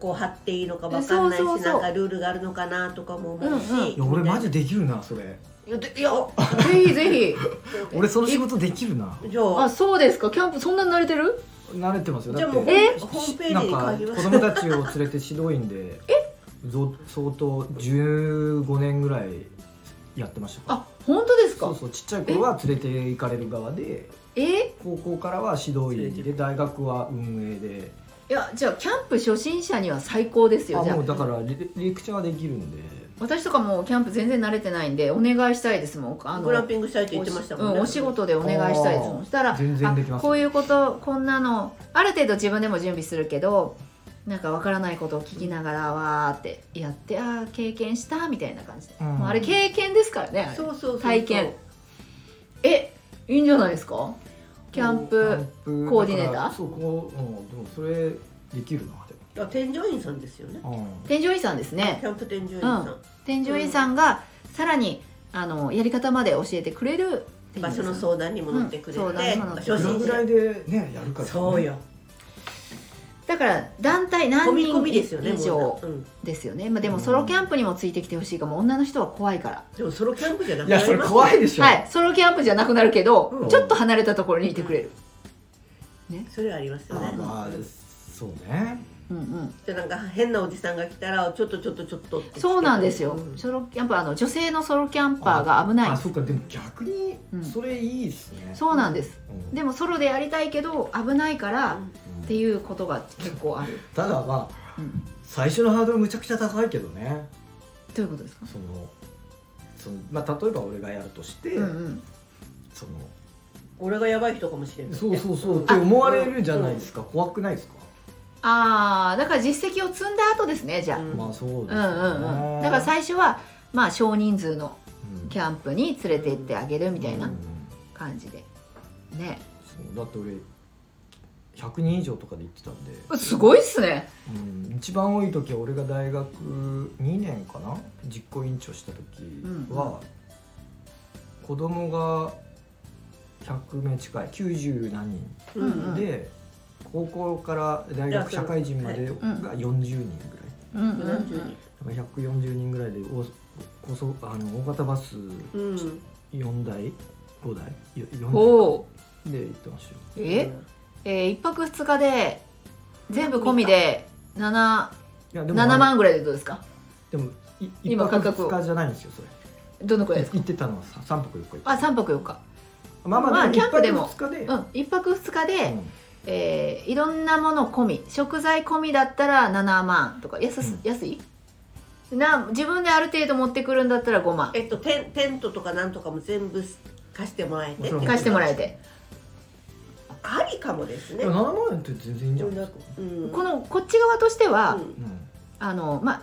[SPEAKER 2] こう貼っていいのか分かんないし
[SPEAKER 1] そうそうそう
[SPEAKER 2] なんかルールがあるのかなとかも思うし、
[SPEAKER 1] うんうん
[SPEAKER 3] いや俺マジできるなそれ
[SPEAKER 2] いやでいや
[SPEAKER 1] ぜひぜひ
[SPEAKER 3] 俺その仕事できるな
[SPEAKER 2] じゃあ
[SPEAKER 1] あそうですかキャンプそんなに慣れてる
[SPEAKER 3] 慣れてますよ
[SPEAKER 2] じゃ
[SPEAKER 3] だ
[SPEAKER 2] あ
[SPEAKER 3] っ
[SPEAKER 2] もう
[SPEAKER 3] て
[SPEAKER 2] えホームページに
[SPEAKER 3] なんか
[SPEAKER 2] 書きま
[SPEAKER 3] 子
[SPEAKER 2] す
[SPEAKER 3] 供たちを連れて指導員でぞ相当15年ぐらいやってましたから
[SPEAKER 1] あ本当ですか
[SPEAKER 3] そうそうちっちゃい頃は連れて行かれる側で
[SPEAKER 1] え
[SPEAKER 3] 高校からは指導員で大学は運営で
[SPEAKER 1] いやじゃあキャンプ初心者には最高ですよ
[SPEAKER 3] あ
[SPEAKER 1] じゃあ
[SPEAKER 3] もうだからレレクチャーできるんで
[SPEAKER 1] 私とかもうキャンプ全然慣れてないんでお願いしたいですもんあの
[SPEAKER 2] グランピングしたいと言ってましたもんね、
[SPEAKER 1] お仕うん、お仕事でお願いしたいですもん
[SPEAKER 3] あー
[SPEAKER 1] そしたら
[SPEAKER 3] 全然できます
[SPEAKER 1] あこういうことこんなのある程度自分でも準備するけどなんかわからないことを聞きながらわーってやってああ経験したみたいな感じで、
[SPEAKER 3] うん
[SPEAKER 1] もうあれ経験ですからねあれ
[SPEAKER 2] そうそうそうそう
[SPEAKER 1] 体験えいいんじゃないですかキャン
[SPEAKER 3] キャ
[SPEAKER 1] プ
[SPEAKER 3] ンプ
[SPEAKER 1] コーディネーター
[SPEAKER 3] だからそうこう、うん、でもそれできるなで
[SPEAKER 2] あ添乗員さんですよね
[SPEAKER 3] も、うん
[SPEAKER 1] 添乗員さんですね
[SPEAKER 2] キャンプ添乗員さん、
[SPEAKER 1] 添乗員さんがさらにあのやり方まで教えてくれる
[SPEAKER 2] 場所の
[SPEAKER 1] う
[SPEAKER 2] 相談にも乗ってくれて、
[SPEAKER 1] うん相談にも乗ってくれ
[SPEAKER 2] 初
[SPEAKER 1] て
[SPEAKER 3] どの
[SPEAKER 2] 心
[SPEAKER 3] ぐらい
[SPEAKER 2] 者
[SPEAKER 3] でねやるからね
[SPEAKER 2] そうよ
[SPEAKER 1] だから団体
[SPEAKER 2] 込
[SPEAKER 1] 何
[SPEAKER 2] み込
[SPEAKER 1] 人
[SPEAKER 2] みですよね
[SPEAKER 1] 以上
[SPEAKER 2] もううん
[SPEAKER 1] ですよね、まあ、でもソロキャンプにもついてきてほしいかも女の人は怖いから
[SPEAKER 2] でもソロキャンプじゃなく
[SPEAKER 3] いやそれ怖いでしょ、
[SPEAKER 1] はいソロキャンプじゃなくなるけど、
[SPEAKER 2] うん
[SPEAKER 1] ちょっと離れたところにいてくれる
[SPEAKER 2] それはありますよね
[SPEAKER 3] あまあそうね
[SPEAKER 1] うんうん、
[SPEAKER 2] でなんか変なおじさんが来たらちょっとちょっとちょっとって
[SPEAKER 1] そうなんですよ、
[SPEAKER 2] うん
[SPEAKER 1] ソロキャンパーあの女性のソロキャンパーが危ない
[SPEAKER 3] あそっかでも逆に
[SPEAKER 1] うん
[SPEAKER 3] それいいですね、
[SPEAKER 1] そうなんです
[SPEAKER 3] うん
[SPEAKER 1] でもソロでやりたいけど危ないからっていうことが結構ある、
[SPEAKER 3] ただまあ
[SPEAKER 1] うん、
[SPEAKER 3] 最初のハードルむちゃくちゃ高いけどね
[SPEAKER 1] どういうことですか
[SPEAKER 3] そのその、まあ、例えば俺がやるとして、
[SPEAKER 1] うんうん
[SPEAKER 3] その
[SPEAKER 2] 俺がやばい人かもしれない
[SPEAKER 3] そうそうそうっ
[SPEAKER 2] ん
[SPEAKER 3] て思われるじゃないですか、怖くないですか、
[SPEAKER 1] ああだから実績を積んだ後ですねじゃあ、
[SPEAKER 2] う
[SPEAKER 1] うんん、
[SPEAKER 3] まあそうですよね
[SPEAKER 1] うんうんだから最初はまあ少人数の
[SPEAKER 3] うん
[SPEAKER 1] キャンプに連れて行ってあげるみたい
[SPEAKER 3] うん
[SPEAKER 1] な感じでね
[SPEAKER 3] そうだって俺100人以上とかで行ってたんで、
[SPEAKER 1] すごいっすね
[SPEAKER 3] うん、一番多い時は俺が大学2年かな実行委員長した時は、子供が100名近い90何人
[SPEAKER 1] うんうん
[SPEAKER 3] で高校から大学社会人までが40人ぐらい、
[SPEAKER 1] うんうん
[SPEAKER 2] うんうん
[SPEAKER 3] だから140人ぐらいでお高速あの大型バス
[SPEAKER 2] うん
[SPEAKER 3] 4台5台よ4
[SPEAKER 1] お
[SPEAKER 3] 台
[SPEAKER 1] お
[SPEAKER 3] で行ってましたよ
[SPEAKER 1] ええー、1泊2日で全部込みで7
[SPEAKER 3] いやでも
[SPEAKER 1] 7万ぐらいでどうですか
[SPEAKER 3] でもい一
[SPEAKER 1] 今
[SPEAKER 3] 泊
[SPEAKER 1] 価格を
[SPEAKER 3] 二日じゃないんですよそれ
[SPEAKER 1] どのくらいですか
[SPEAKER 3] 行ってたのはさ三泊四日行って
[SPEAKER 1] あ3泊4日
[SPEAKER 3] まあまあ、
[SPEAKER 1] まあ
[SPEAKER 3] でも
[SPEAKER 1] キャンプでも
[SPEAKER 3] 一泊二日で、
[SPEAKER 1] うん1泊2日で、
[SPEAKER 3] うん
[SPEAKER 1] えーいろんなもの込み食材込みだったら7万とか安,、
[SPEAKER 3] うん
[SPEAKER 1] 安いな自分である程度持ってくるんだったら5万
[SPEAKER 2] えっとテンテントとかなんとかも全部貸してもらえて
[SPEAKER 3] うん
[SPEAKER 1] 貸してもらえて、
[SPEAKER 2] ありかもですね
[SPEAKER 3] いや7万円って全然いいんじゃないですか、
[SPEAKER 2] うん
[SPEAKER 1] このこっち側としては、
[SPEAKER 3] うん
[SPEAKER 1] あのまあ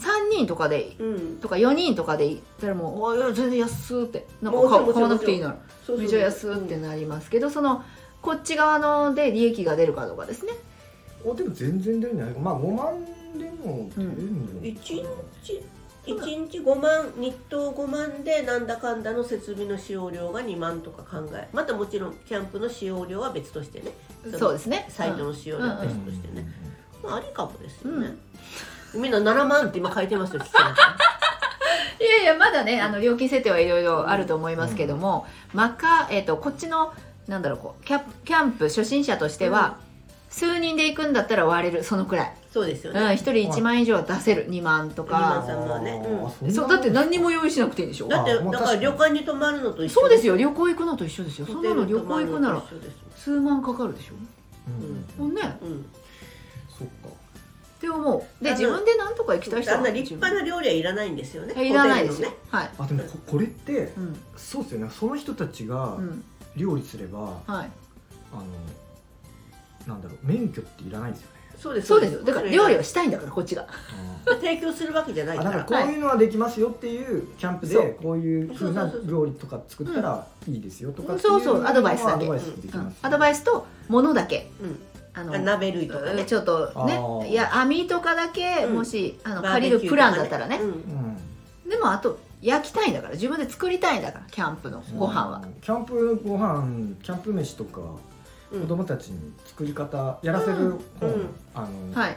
[SPEAKER 1] 3人とかで
[SPEAKER 2] うんうん
[SPEAKER 1] とか4人とかで行ったらもうおいや全然安ーってなんか
[SPEAKER 2] もちろん
[SPEAKER 1] 買買わなくていいなら
[SPEAKER 2] そうそう
[SPEAKER 1] めちゃ安ーってなりますけどそのこっち側ので利益が出るかどうかですね
[SPEAKER 3] おでも全然出るんじゃないかまあ5万でも出るんじゃないかな
[SPEAKER 2] うん一日1日5万日当5万でなんだかんだの設備の使用料が2万とか考えまたもちろんキャンプの使用料は別としてね
[SPEAKER 1] そうですね
[SPEAKER 2] サイト
[SPEAKER 1] うん
[SPEAKER 2] の使用料は
[SPEAKER 1] うん
[SPEAKER 2] 別としてね、まあ、ありかもですよね、みんな7万って今書いてますよ聞きました
[SPEAKER 1] いやいやまだねあの料金設定はいろいろあると思いますけども、マカえっとこっちのなんだろうこうキャキャンプ初心者としては、数人で行くんだったら割れるそのくらい、
[SPEAKER 2] そうですよ
[SPEAKER 1] うん、
[SPEAKER 2] ね、
[SPEAKER 1] 1人1万円以上は出せる2万と
[SPEAKER 2] 二
[SPEAKER 1] か、
[SPEAKER 2] 万まあねうん
[SPEAKER 3] あそんな
[SPEAKER 1] そうだって何にも用意しなくていいんでしょ
[SPEAKER 2] だって
[SPEAKER 3] あまあ
[SPEAKER 2] だから旅館に泊まるのと一緒
[SPEAKER 1] そうです
[SPEAKER 2] よ
[SPEAKER 1] よ旅行行くのと一緒ですよそんなの旅行行くなら数万かかるでしょ
[SPEAKER 3] うん
[SPEAKER 1] もうね
[SPEAKER 2] うん、
[SPEAKER 3] そっか
[SPEAKER 1] でももうで
[SPEAKER 2] あの
[SPEAKER 1] 自分で何とか行きたい人
[SPEAKER 2] あ
[SPEAKER 1] は
[SPEAKER 2] んな立派な料理はいらないんですよ
[SPEAKER 1] 自
[SPEAKER 2] ね
[SPEAKER 1] 分でいらないですよ、
[SPEAKER 2] ホテ
[SPEAKER 1] はい、
[SPEAKER 3] あでもここれって
[SPEAKER 1] うん
[SPEAKER 3] そうですよねその人たちが
[SPEAKER 1] うん
[SPEAKER 3] 料理すれば、
[SPEAKER 1] はい、
[SPEAKER 3] あのなんだろう免許っていらないですよね
[SPEAKER 2] ルのそうです
[SPEAKER 1] そうですよだから料理
[SPEAKER 2] を
[SPEAKER 1] をしたいんだからこっちが
[SPEAKER 2] 提供するわけじゃない
[SPEAKER 3] あ
[SPEAKER 2] か
[SPEAKER 3] だから
[SPEAKER 2] ら
[SPEAKER 3] こういうのはできますよっていうキャンプ
[SPEAKER 1] そ
[SPEAKER 3] で
[SPEAKER 1] う
[SPEAKER 3] こういうふうな
[SPEAKER 2] そうそうそう
[SPEAKER 3] 料理とか作ったらいいですよとかってい
[SPEAKER 1] そうそうアドバイスだけ
[SPEAKER 3] アドバイスでき
[SPEAKER 1] う
[SPEAKER 3] ま
[SPEAKER 1] ん
[SPEAKER 3] す
[SPEAKER 1] アドバ
[SPEAKER 3] イ
[SPEAKER 1] イスと物だけ
[SPEAKER 2] うん
[SPEAKER 1] あの
[SPEAKER 2] あ鍋類とかね
[SPEAKER 1] ちょっと
[SPEAKER 3] あー
[SPEAKER 1] ねいや網とかだけ
[SPEAKER 2] うん
[SPEAKER 1] もし、あの
[SPEAKER 2] バーベ
[SPEAKER 1] 借り
[SPEAKER 2] キューとか
[SPEAKER 1] る
[SPEAKER 2] ね
[SPEAKER 1] プランだったらね、
[SPEAKER 2] うん
[SPEAKER 3] うん
[SPEAKER 1] でもあと焼きたいんだから自分で作りたいんだからキャンプのご飯は、
[SPEAKER 3] キャンプご飯キャンプ飯とか
[SPEAKER 2] う
[SPEAKER 3] 子
[SPEAKER 2] ん
[SPEAKER 3] 供たちに作り方やらせる方の,、
[SPEAKER 2] うん
[SPEAKER 3] あの
[SPEAKER 1] はい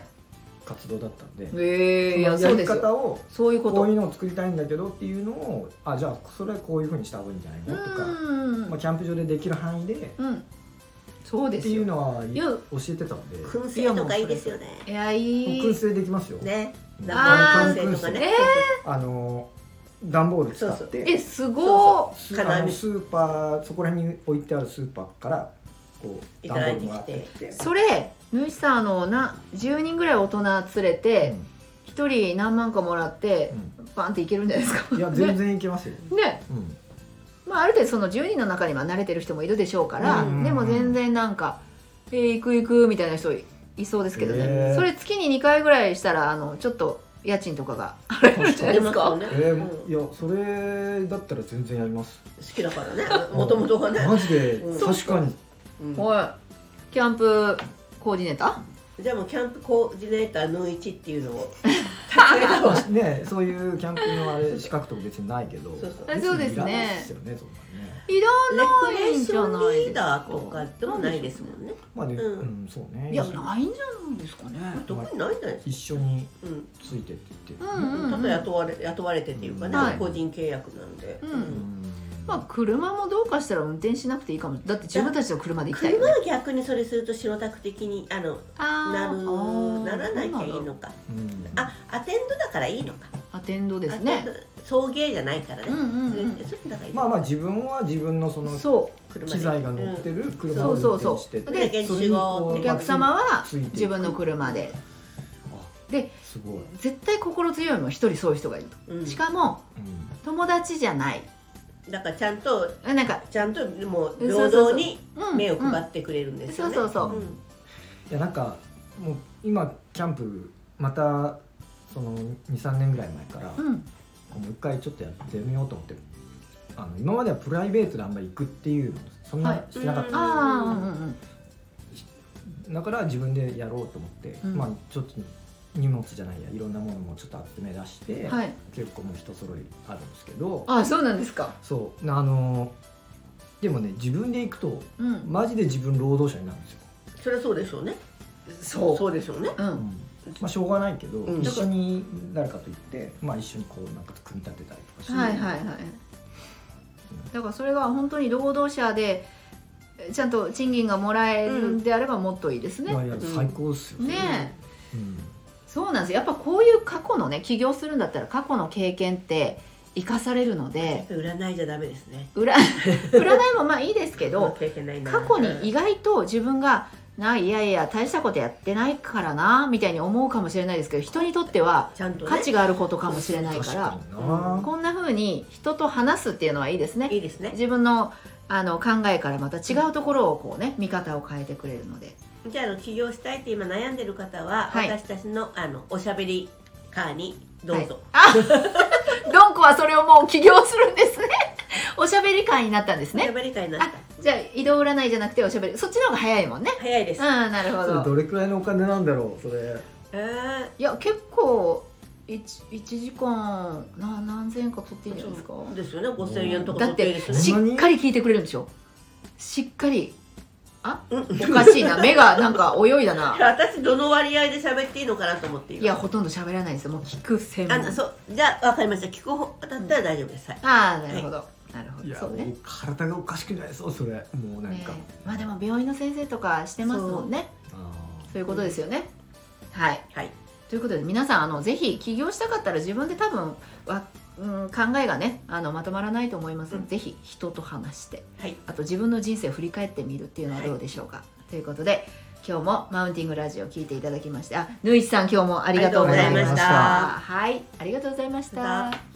[SPEAKER 3] 活動だったんで、
[SPEAKER 1] ええいやそ
[SPEAKER 3] そのや
[SPEAKER 1] う
[SPEAKER 3] り
[SPEAKER 1] ですよ
[SPEAKER 3] 方を
[SPEAKER 1] そういうこ
[SPEAKER 3] ことういうのを作りたいんだけどっていうのをあじゃあそれはこういうふうにした方がいいんじゃないうのとか、
[SPEAKER 1] ん
[SPEAKER 3] まあ、キャンプ場でできる範囲でっ
[SPEAKER 1] うんそうで
[SPEAKER 3] て
[SPEAKER 1] す
[SPEAKER 3] いう
[SPEAKER 1] よ
[SPEAKER 3] のはい
[SPEAKER 1] や
[SPEAKER 3] 教えてたので
[SPEAKER 2] 燻製とかいいですよ
[SPEAKER 3] ね
[SPEAKER 2] ね
[SPEAKER 1] いやいい
[SPEAKER 3] 燻製できますよ
[SPEAKER 2] ね
[SPEAKER 3] うん
[SPEAKER 1] あー
[SPEAKER 2] 生燻製とかね
[SPEAKER 1] え
[SPEAKER 3] あの段ボール使っ
[SPEAKER 2] そ
[SPEAKER 3] て
[SPEAKER 2] うそう
[SPEAKER 1] えすご
[SPEAKER 3] ス
[SPEAKER 2] 金網
[SPEAKER 3] あのスーパーそこら辺に置いてあるスーパーからこう
[SPEAKER 2] いただいてきて
[SPEAKER 3] 段ボールもらってきて
[SPEAKER 1] ーそれ主さんあのな10人ぐらい大人連れて
[SPEAKER 3] うん
[SPEAKER 1] 一人何万かもらってバンっていけるんじゃないですか
[SPEAKER 3] いや全然いけますよ、
[SPEAKER 1] ねね
[SPEAKER 3] うん
[SPEAKER 1] まあ、ある程度その10人の中には慣れてる人もいるでしょうから、
[SPEAKER 2] うん
[SPEAKER 1] でも全然なんか「えー行く行く」みたいな人いいそうですけどね、
[SPEAKER 3] へー
[SPEAKER 1] それ月に2回ぐらいしたらあのちょっと家賃とかが払えるんじゃないですか
[SPEAKER 2] 出ますよね
[SPEAKER 3] えー
[SPEAKER 2] うん
[SPEAKER 3] いやそれだったら全然やります
[SPEAKER 2] 好きだからねもともとがね、
[SPEAKER 3] マジで
[SPEAKER 2] うん
[SPEAKER 3] 確かに
[SPEAKER 2] うん
[SPEAKER 1] はいキャンプコーディネータ
[SPEAKER 2] じゃあもうキャンプコーディネーターの一っていう のを
[SPEAKER 3] ねそういうキャンプのあれ資格とか別にないけど
[SPEAKER 2] そうそう
[SPEAKER 1] あそうですね
[SPEAKER 3] 別にいらないですよねそんなんね
[SPEAKER 1] ーいろ
[SPEAKER 2] レクレーションリーダーとかでもないですもんね
[SPEAKER 3] まあね
[SPEAKER 2] うん
[SPEAKER 3] うんそうね
[SPEAKER 1] んいやないんじゃないですかね
[SPEAKER 2] 特にないんじゃないですか
[SPEAKER 3] 一緒に
[SPEAKER 2] うん
[SPEAKER 3] ついてって言って
[SPEAKER 1] うんうんうん
[SPEAKER 2] ただ雇われ雇われてっていうかね、
[SPEAKER 1] はい
[SPEAKER 2] 個人契約なんで、
[SPEAKER 1] うん
[SPEAKER 3] うん
[SPEAKER 1] まあ車もどうかしたら運転しなくていいかもだって自分たちの車で行きたいよ
[SPEAKER 2] 車
[SPEAKER 1] ね
[SPEAKER 2] は逆にそれすると白タク的にあのな
[SPEAKER 1] あ
[SPEAKER 2] る
[SPEAKER 1] ー
[SPEAKER 2] ならなきゃいい
[SPEAKER 1] どうだろ
[SPEAKER 2] の
[SPEAKER 1] う
[SPEAKER 2] か
[SPEAKER 3] うん
[SPEAKER 2] あアテンドだからいいのか
[SPEAKER 1] アテンドですね
[SPEAKER 2] アテンド送迎じゃないからね、
[SPEAKER 1] うんうんうん
[SPEAKER 2] それだからいいの
[SPEAKER 3] まあまあ自分は自分のその
[SPEAKER 1] そ
[SPEAKER 2] 車
[SPEAKER 3] 機材が乗ってる車
[SPEAKER 1] そ
[SPEAKER 3] を
[SPEAKER 1] う
[SPEAKER 3] 運
[SPEAKER 1] そうそう
[SPEAKER 3] 転してて
[SPEAKER 1] で
[SPEAKER 2] 現地
[SPEAKER 3] それにこう
[SPEAKER 1] うお客様は
[SPEAKER 3] ついていく
[SPEAKER 1] 自分の車で
[SPEAKER 3] すごい、
[SPEAKER 1] 絶対心強いのは一人そういう人がいると
[SPEAKER 2] うん、うん
[SPEAKER 1] しかも
[SPEAKER 3] うん
[SPEAKER 1] 友達じゃない
[SPEAKER 2] だからちゃんと
[SPEAKER 1] なんか
[SPEAKER 2] ちゃんともう
[SPEAKER 1] そう
[SPEAKER 2] 平等に
[SPEAKER 1] うん
[SPEAKER 2] 目を配
[SPEAKER 1] て
[SPEAKER 2] ってくれるんです
[SPEAKER 1] そ
[SPEAKER 2] よ
[SPEAKER 1] う
[SPEAKER 2] ね、
[SPEAKER 1] そうそううん
[SPEAKER 3] いやなんかもう今キャンプまたその23年ぐらい前から、
[SPEAKER 1] うん
[SPEAKER 3] もう一回ちょっとやってみようと思ってるあの今まではプライベートであんまり行くっていうのそんな
[SPEAKER 1] は
[SPEAKER 3] してなかった、
[SPEAKER 1] ああうんうん
[SPEAKER 3] だから自分でやろうと思って、
[SPEAKER 1] うん
[SPEAKER 3] まあちょっと荷物じゃないやいろんなものもちょっと集め出して、
[SPEAKER 1] うんはい
[SPEAKER 3] 結構もう人揃いあるんですけど
[SPEAKER 1] ああそうなんですか
[SPEAKER 3] そうあのでもね自分で行くと
[SPEAKER 1] うん
[SPEAKER 3] マジで自分労働者になるんですよ、
[SPEAKER 2] それはそうでしょうね
[SPEAKER 1] そう
[SPEAKER 2] そうでしょうね
[SPEAKER 1] う
[SPEAKER 3] うんんまあ、しょうがないけど、
[SPEAKER 2] うん
[SPEAKER 3] 一緒に誰かと行って、まあ、一緒にこうなんか組み立てたりとかして、
[SPEAKER 1] はいはいはいだからそれが本当に労働者でちゃんと賃金がもらえるんであればもっといいですね、
[SPEAKER 3] いやいや最高ですよ、
[SPEAKER 1] ねえ
[SPEAKER 3] うん
[SPEAKER 1] そうなんですやっぱこういう過去のね起業するんだったら過去の経験って生かされるので
[SPEAKER 2] 占いじゃダメですね
[SPEAKER 1] 占占いもまあいいですけど
[SPEAKER 2] 経験ないな
[SPEAKER 1] 過去に意外と自分がないいやいや大したことやってないからなみたいに思うかもしれないですけど人にとっては
[SPEAKER 2] ちゃんと、ね、
[SPEAKER 1] 価値があることかもしれないか
[SPEAKER 3] 確
[SPEAKER 1] ら
[SPEAKER 3] かにな、
[SPEAKER 1] こんな風に人と話すっていうのはいいですね
[SPEAKER 2] いいですね
[SPEAKER 1] 自分のあの考えからまた違うところをこうね見方を変えてくれるので
[SPEAKER 2] じゃああの起業したいって今悩んでる方は、
[SPEAKER 1] はい
[SPEAKER 2] 私たちのあのおしゃべりカーにどうぞ、
[SPEAKER 1] ドンコはそれをもう起業するんですねおしゃべり会になったんです
[SPEAKER 2] おしゃ
[SPEAKER 1] ね
[SPEAKER 2] べり会にな
[SPEAKER 1] あ
[SPEAKER 2] った
[SPEAKER 1] じゃあ移動占いじゃなくておしゃべりそっちの方が早いもんね
[SPEAKER 2] 早いで
[SPEAKER 1] う
[SPEAKER 2] す、
[SPEAKER 1] んなるほ
[SPEAKER 3] それ
[SPEAKER 1] ど
[SPEAKER 3] どれくらいのお金なんだろうそれ
[SPEAKER 2] えー
[SPEAKER 1] いや結構 1, 一時間な何千円か取っていいんじゃないですか
[SPEAKER 2] そうですよね5000円とか
[SPEAKER 1] だっ
[SPEAKER 2] 時計で
[SPEAKER 1] て
[SPEAKER 2] すよね
[SPEAKER 1] し
[SPEAKER 3] ほんまに
[SPEAKER 1] っかり聞いてくれるんでしょしっかり
[SPEAKER 2] うん
[SPEAKER 1] おかしいな目がなんか泳いだな
[SPEAKER 2] 私どの割合で喋っていいのかなと思ってい
[SPEAKER 1] いやほとんど喋らないですよもう聞く専門
[SPEAKER 2] あのそうじゃあ分かりました聞く方だったら大丈夫です、はい
[SPEAKER 1] ああなるほど、なるほ
[SPEAKER 3] い
[SPEAKER 1] ど
[SPEAKER 3] や
[SPEAKER 1] そうね
[SPEAKER 3] もう体がおかしくないそうそれもうなん
[SPEAKER 1] ね
[SPEAKER 3] か、
[SPEAKER 1] まあでも病院の先生とかしてますもんね
[SPEAKER 3] あ
[SPEAKER 1] そういうことですよね、はい
[SPEAKER 2] はい
[SPEAKER 1] ということで皆さんあのぜひ起業したかったら自分で多分わ、うん、考えがねあのまとまらないと思いますので、
[SPEAKER 2] うん
[SPEAKER 1] ぜひ人と話して
[SPEAKER 2] はい
[SPEAKER 1] あと自分の人生を振り返ってみるっていうのはどうでしょうか、ということで今日もマウンティングラジオを聞いていただきましてあぬいちさん今日もありがとうございま
[SPEAKER 3] ありがとうございま
[SPEAKER 1] し
[SPEAKER 3] したた
[SPEAKER 1] はいありがとうございまし
[SPEAKER 2] ま
[SPEAKER 1] た
[SPEAKER 2] た